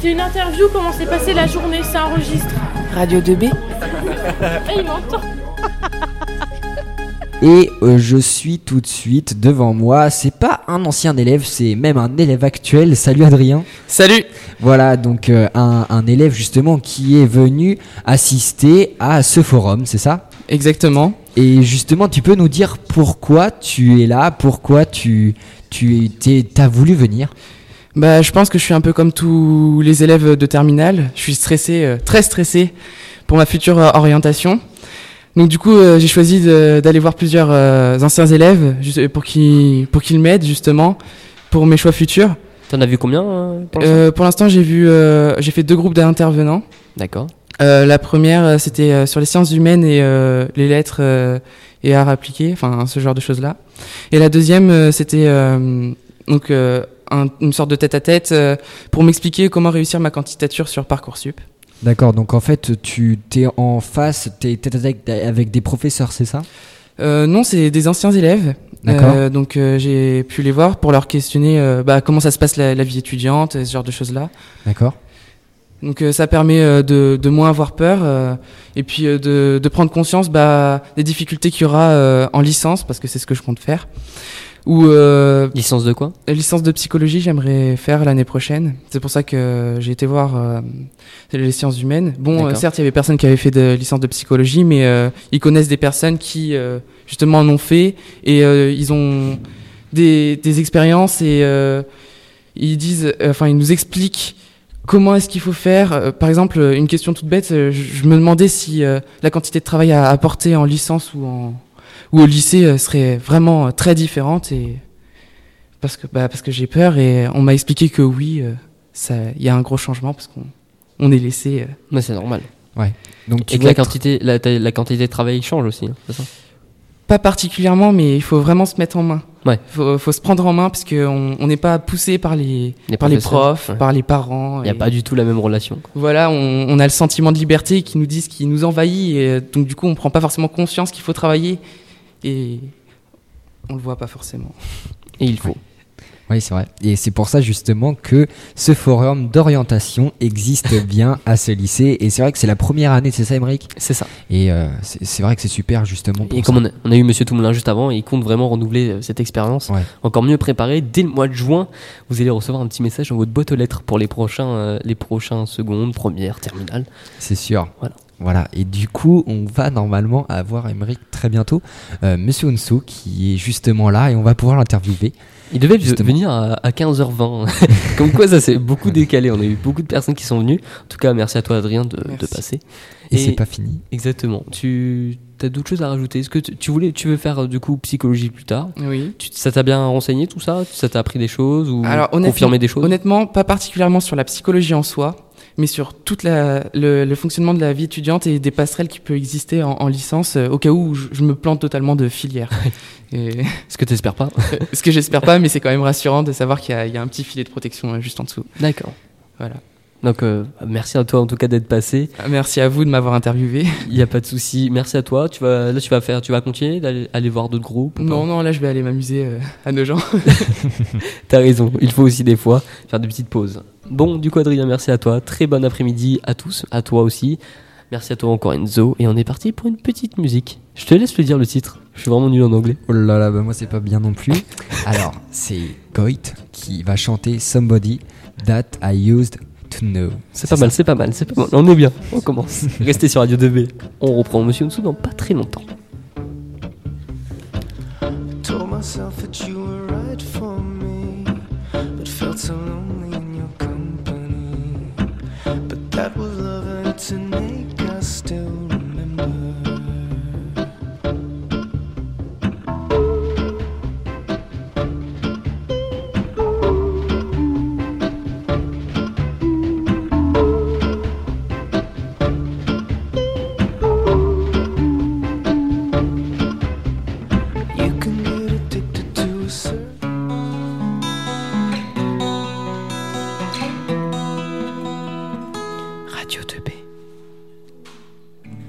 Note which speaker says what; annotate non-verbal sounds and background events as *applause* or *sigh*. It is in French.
Speaker 1: C'est une interview, comment s'est passée la journée, ça enregistre.
Speaker 2: Radio 2B.
Speaker 1: Et il m'entend.
Speaker 3: Et euh, je suis tout de suite devant moi. C'est pas un ancien élève, c'est même un élève actuel. Salut Adrien.
Speaker 4: Salut
Speaker 3: Voilà donc euh, un, un élève justement qui est venu assister à ce forum, c'est ça
Speaker 4: Exactement.
Speaker 3: Et justement, tu peux nous dire pourquoi tu es là, pourquoi tu tu t'es- t'as voulu venir
Speaker 4: Bah, je pense que je suis un peu comme tous les élèves de terminale. Je suis stressé, euh, très stressé pour ma future euh, orientation. Donc du coup, euh, j'ai choisi de- d'aller voir plusieurs euh, anciens élèves juste- euh, pour qu'ils pour qu'ils m'aident justement pour mes choix futurs.
Speaker 5: T'en as vu combien euh, pour l'instant
Speaker 4: Euh, pour l'instant, j'ai vu, euh, j'ai fait deux groupes d'intervenants.
Speaker 5: D'accord.
Speaker 4: Euh, la première, euh, c'était euh, sur les sciences humaines et euh, les lettres euh, et arts appliqués, enfin ce genre de choses-là. Et la deuxième, euh, c'était euh, donc euh, un- une sorte de tête-à-tête euh, pour m'expliquer comment réussir ma candidature sur parcoursup.
Speaker 3: D'accord, donc en fait, tu t'es en face, t'es tête à tête avec des professeurs, c'est ça
Speaker 4: Euh, non, c'est des anciens élèves.
Speaker 3: D'accord.
Speaker 4: Euh, donc euh, j'ai pu les voir pour leur questionner euh, bah, comment ça se passe la, la vie étudiante, et ce genre de choses-là.
Speaker 3: D'accord.
Speaker 4: Donc euh, ça permet euh, de, de moins avoir peur euh, et puis euh, de, de prendre conscience bah, des difficultés qu'il y aura euh, en licence parce que c'est ce que je compte faire. Ou euh,
Speaker 5: Licence de quoi
Speaker 4: licence de psychologie j'aimerais faire l'année prochaine. C'est pour ça que j'ai été voir euh, les sciences humaines. Bon, euh,
Speaker 5: D'accord.
Speaker 4: certes il y avait personne qui avait fait de licence de psychologie, mais euh, ils connaissent des personnes qui euh, justement en ont fait et euh, ils ont des, des expériences et euh, ils disent, euh, enfin ils nous expliquent comment est-ce qu'il faut faire. Euh, Par exemple, euh, une question toute bête, euh, je, je me demandais si euh, la quantité de travail à apporter en licence ou en ou au lycée euh, serait vraiment euh, très différente et parce que bah, parce que j'ai peur et on m'a expliqué que oui, euh, ça il y a un gros changement parce qu'on on est laissé. euh.
Speaker 5: Mais Bah, c'est normal.
Speaker 3: Donc tu
Speaker 5: Et que
Speaker 3: vas
Speaker 5: la
Speaker 3: être-
Speaker 5: quantité, la, ta- la quantité de travail change aussi, hein, c'est ça
Speaker 4: Pas particulièrement, mais il faut vraiment se mettre en main.
Speaker 5: Ouais.
Speaker 4: Faut, faut se prendre en main parce qu'on on n'est pas poussé par les,
Speaker 5: Les
Speaker 4: par les
Speaker 5: professeurs,
Speaker 4: profs,
Speaker 5: ouais.
Speaker 4: par les parents.
Speaker 5: Il n'y a
Speaker 4: et
Speaker 5: pas du tout la même relation. quoi.
Speaker 4: Voilà, on, on a le sentiment de liberté qui nous dit qui nous envahit et euh, donc du coup on prend pas forcément conscience qu'il faut travailler et on le voit pas forcément.
Speaker 5: Et il faut.
Speaker 3: Oui, c'est vrai. Et c'est pour ça justement que ce forum d'orientation *laughs* existe bien à ce lycée. Et c'est vrai que c'est la première année, c'est ça, Émeric
Speaker 5: C'est ça.
Speaker 3: Et euh, c'est c'est vrai que c'est super justement pour
Speaker 5: Et
Speaker 3: ça.
Speaker 5: comme on a, on a eu Monsieur Toumelin juste avant, et il compte vraiment renouveler euh, cette expérience,
Speaker 3: Ouais.
Speaker 5: encore mieux préparée. Dès le mois de juin, vous allez recevoir un petit message dans votre boîte aux lettres pour les prochains, euh, les prochains secondes, premières, terminales.
Speaker 3: C'est sûr.
Speaker 5: Voilà.
Speaker 3: Voilà. Et du coup, on va normalement avoir Émeric très bientôt, euh, Monsieur Unsu, qui est justement là, et on va pouvoir l'interviewer.
Speaker 5: Il devait
Speaker 3: Justement.
Speaker 5: venir à, à 15h20. *laughs* Comme quoi, ça s'est beaucoup décalé. On a eu beaucoup de personnes qui sont venues. En tout cas, merci à toi, Adrien, de, de
Speaker 4: Merci.
Speaker 5: passer.
Speaker 3: Et, c'est pas fini.
Speaker 5: Exactement. Tu as d'autres choses à rajouter Est-ce que tu tu voulais, tu veux faire euh, du coup psychologie plus tard
Speaker 4: Oui.
Speaker 5: Tu- ça t'a bien renseigné tout ça Ça t'a appris des choses ou
Speaker 4: Alors, honnêtement-
Speaker 5: confirmé des choses
Speaker 4: Honnêtement, pas particulièrement sur la psychologie en soi, mais sur tout le, le fonctionnement de la vie étudiante et des passerelles qui peuvent exister en, en licence, euh, au cas où je, je me plante totalement de filière. Et- *laughs*
Speaker 5: Ce que t'espères pas.
Speaker 4: ce que j'espère pas, mais c'est quand même rassurant de savoir qu'il y, a- il y a un petit filet de protection euh, juste en dessous.
Speaker 5: D'accord.
Speaker 4: Voilà.
Speaker 5: Donc euh, merci à toi en tout cas d'être passé.
Speaker 4: Ah, Merci à vous de m'avoir interviewé.
Speaker 5: Il n'y a pas de souci. Merci à toi. Tu vas là tu vas faire tu vas continuer d'aller aller voir d'autres groupes. ou pas
Speaker 4: Non, non, là je vais aller m'amuser euh, à nos gens.
Speaker 5: T'as raison. Il faut aussi des fois faire des petites pauses. Bon du coup Adrien merci à toi. Très bon après-midi à tous. À toi aussi. Merci à toi encore Enzo et on est parti pour une petite musique. Je te laisse le dire le titre. Je suis vraiment nul en anglais.
Speaker 3: Oh là là, bah moi c'est pas bien non plus. *laughs* Alors, c'est Goit qui va chanter Somebody That I Used to Know.
Speaker 5: C'est pas mal, c'est pas mal, c'est pas mal. On est bien, on commence. Restez sur Radio 2B. On reprend Monsieur Nsou dans pas très longtemps.
Speaker 6: Told myself that you were right for me, but felt so lonely in your company. But that was love and it's an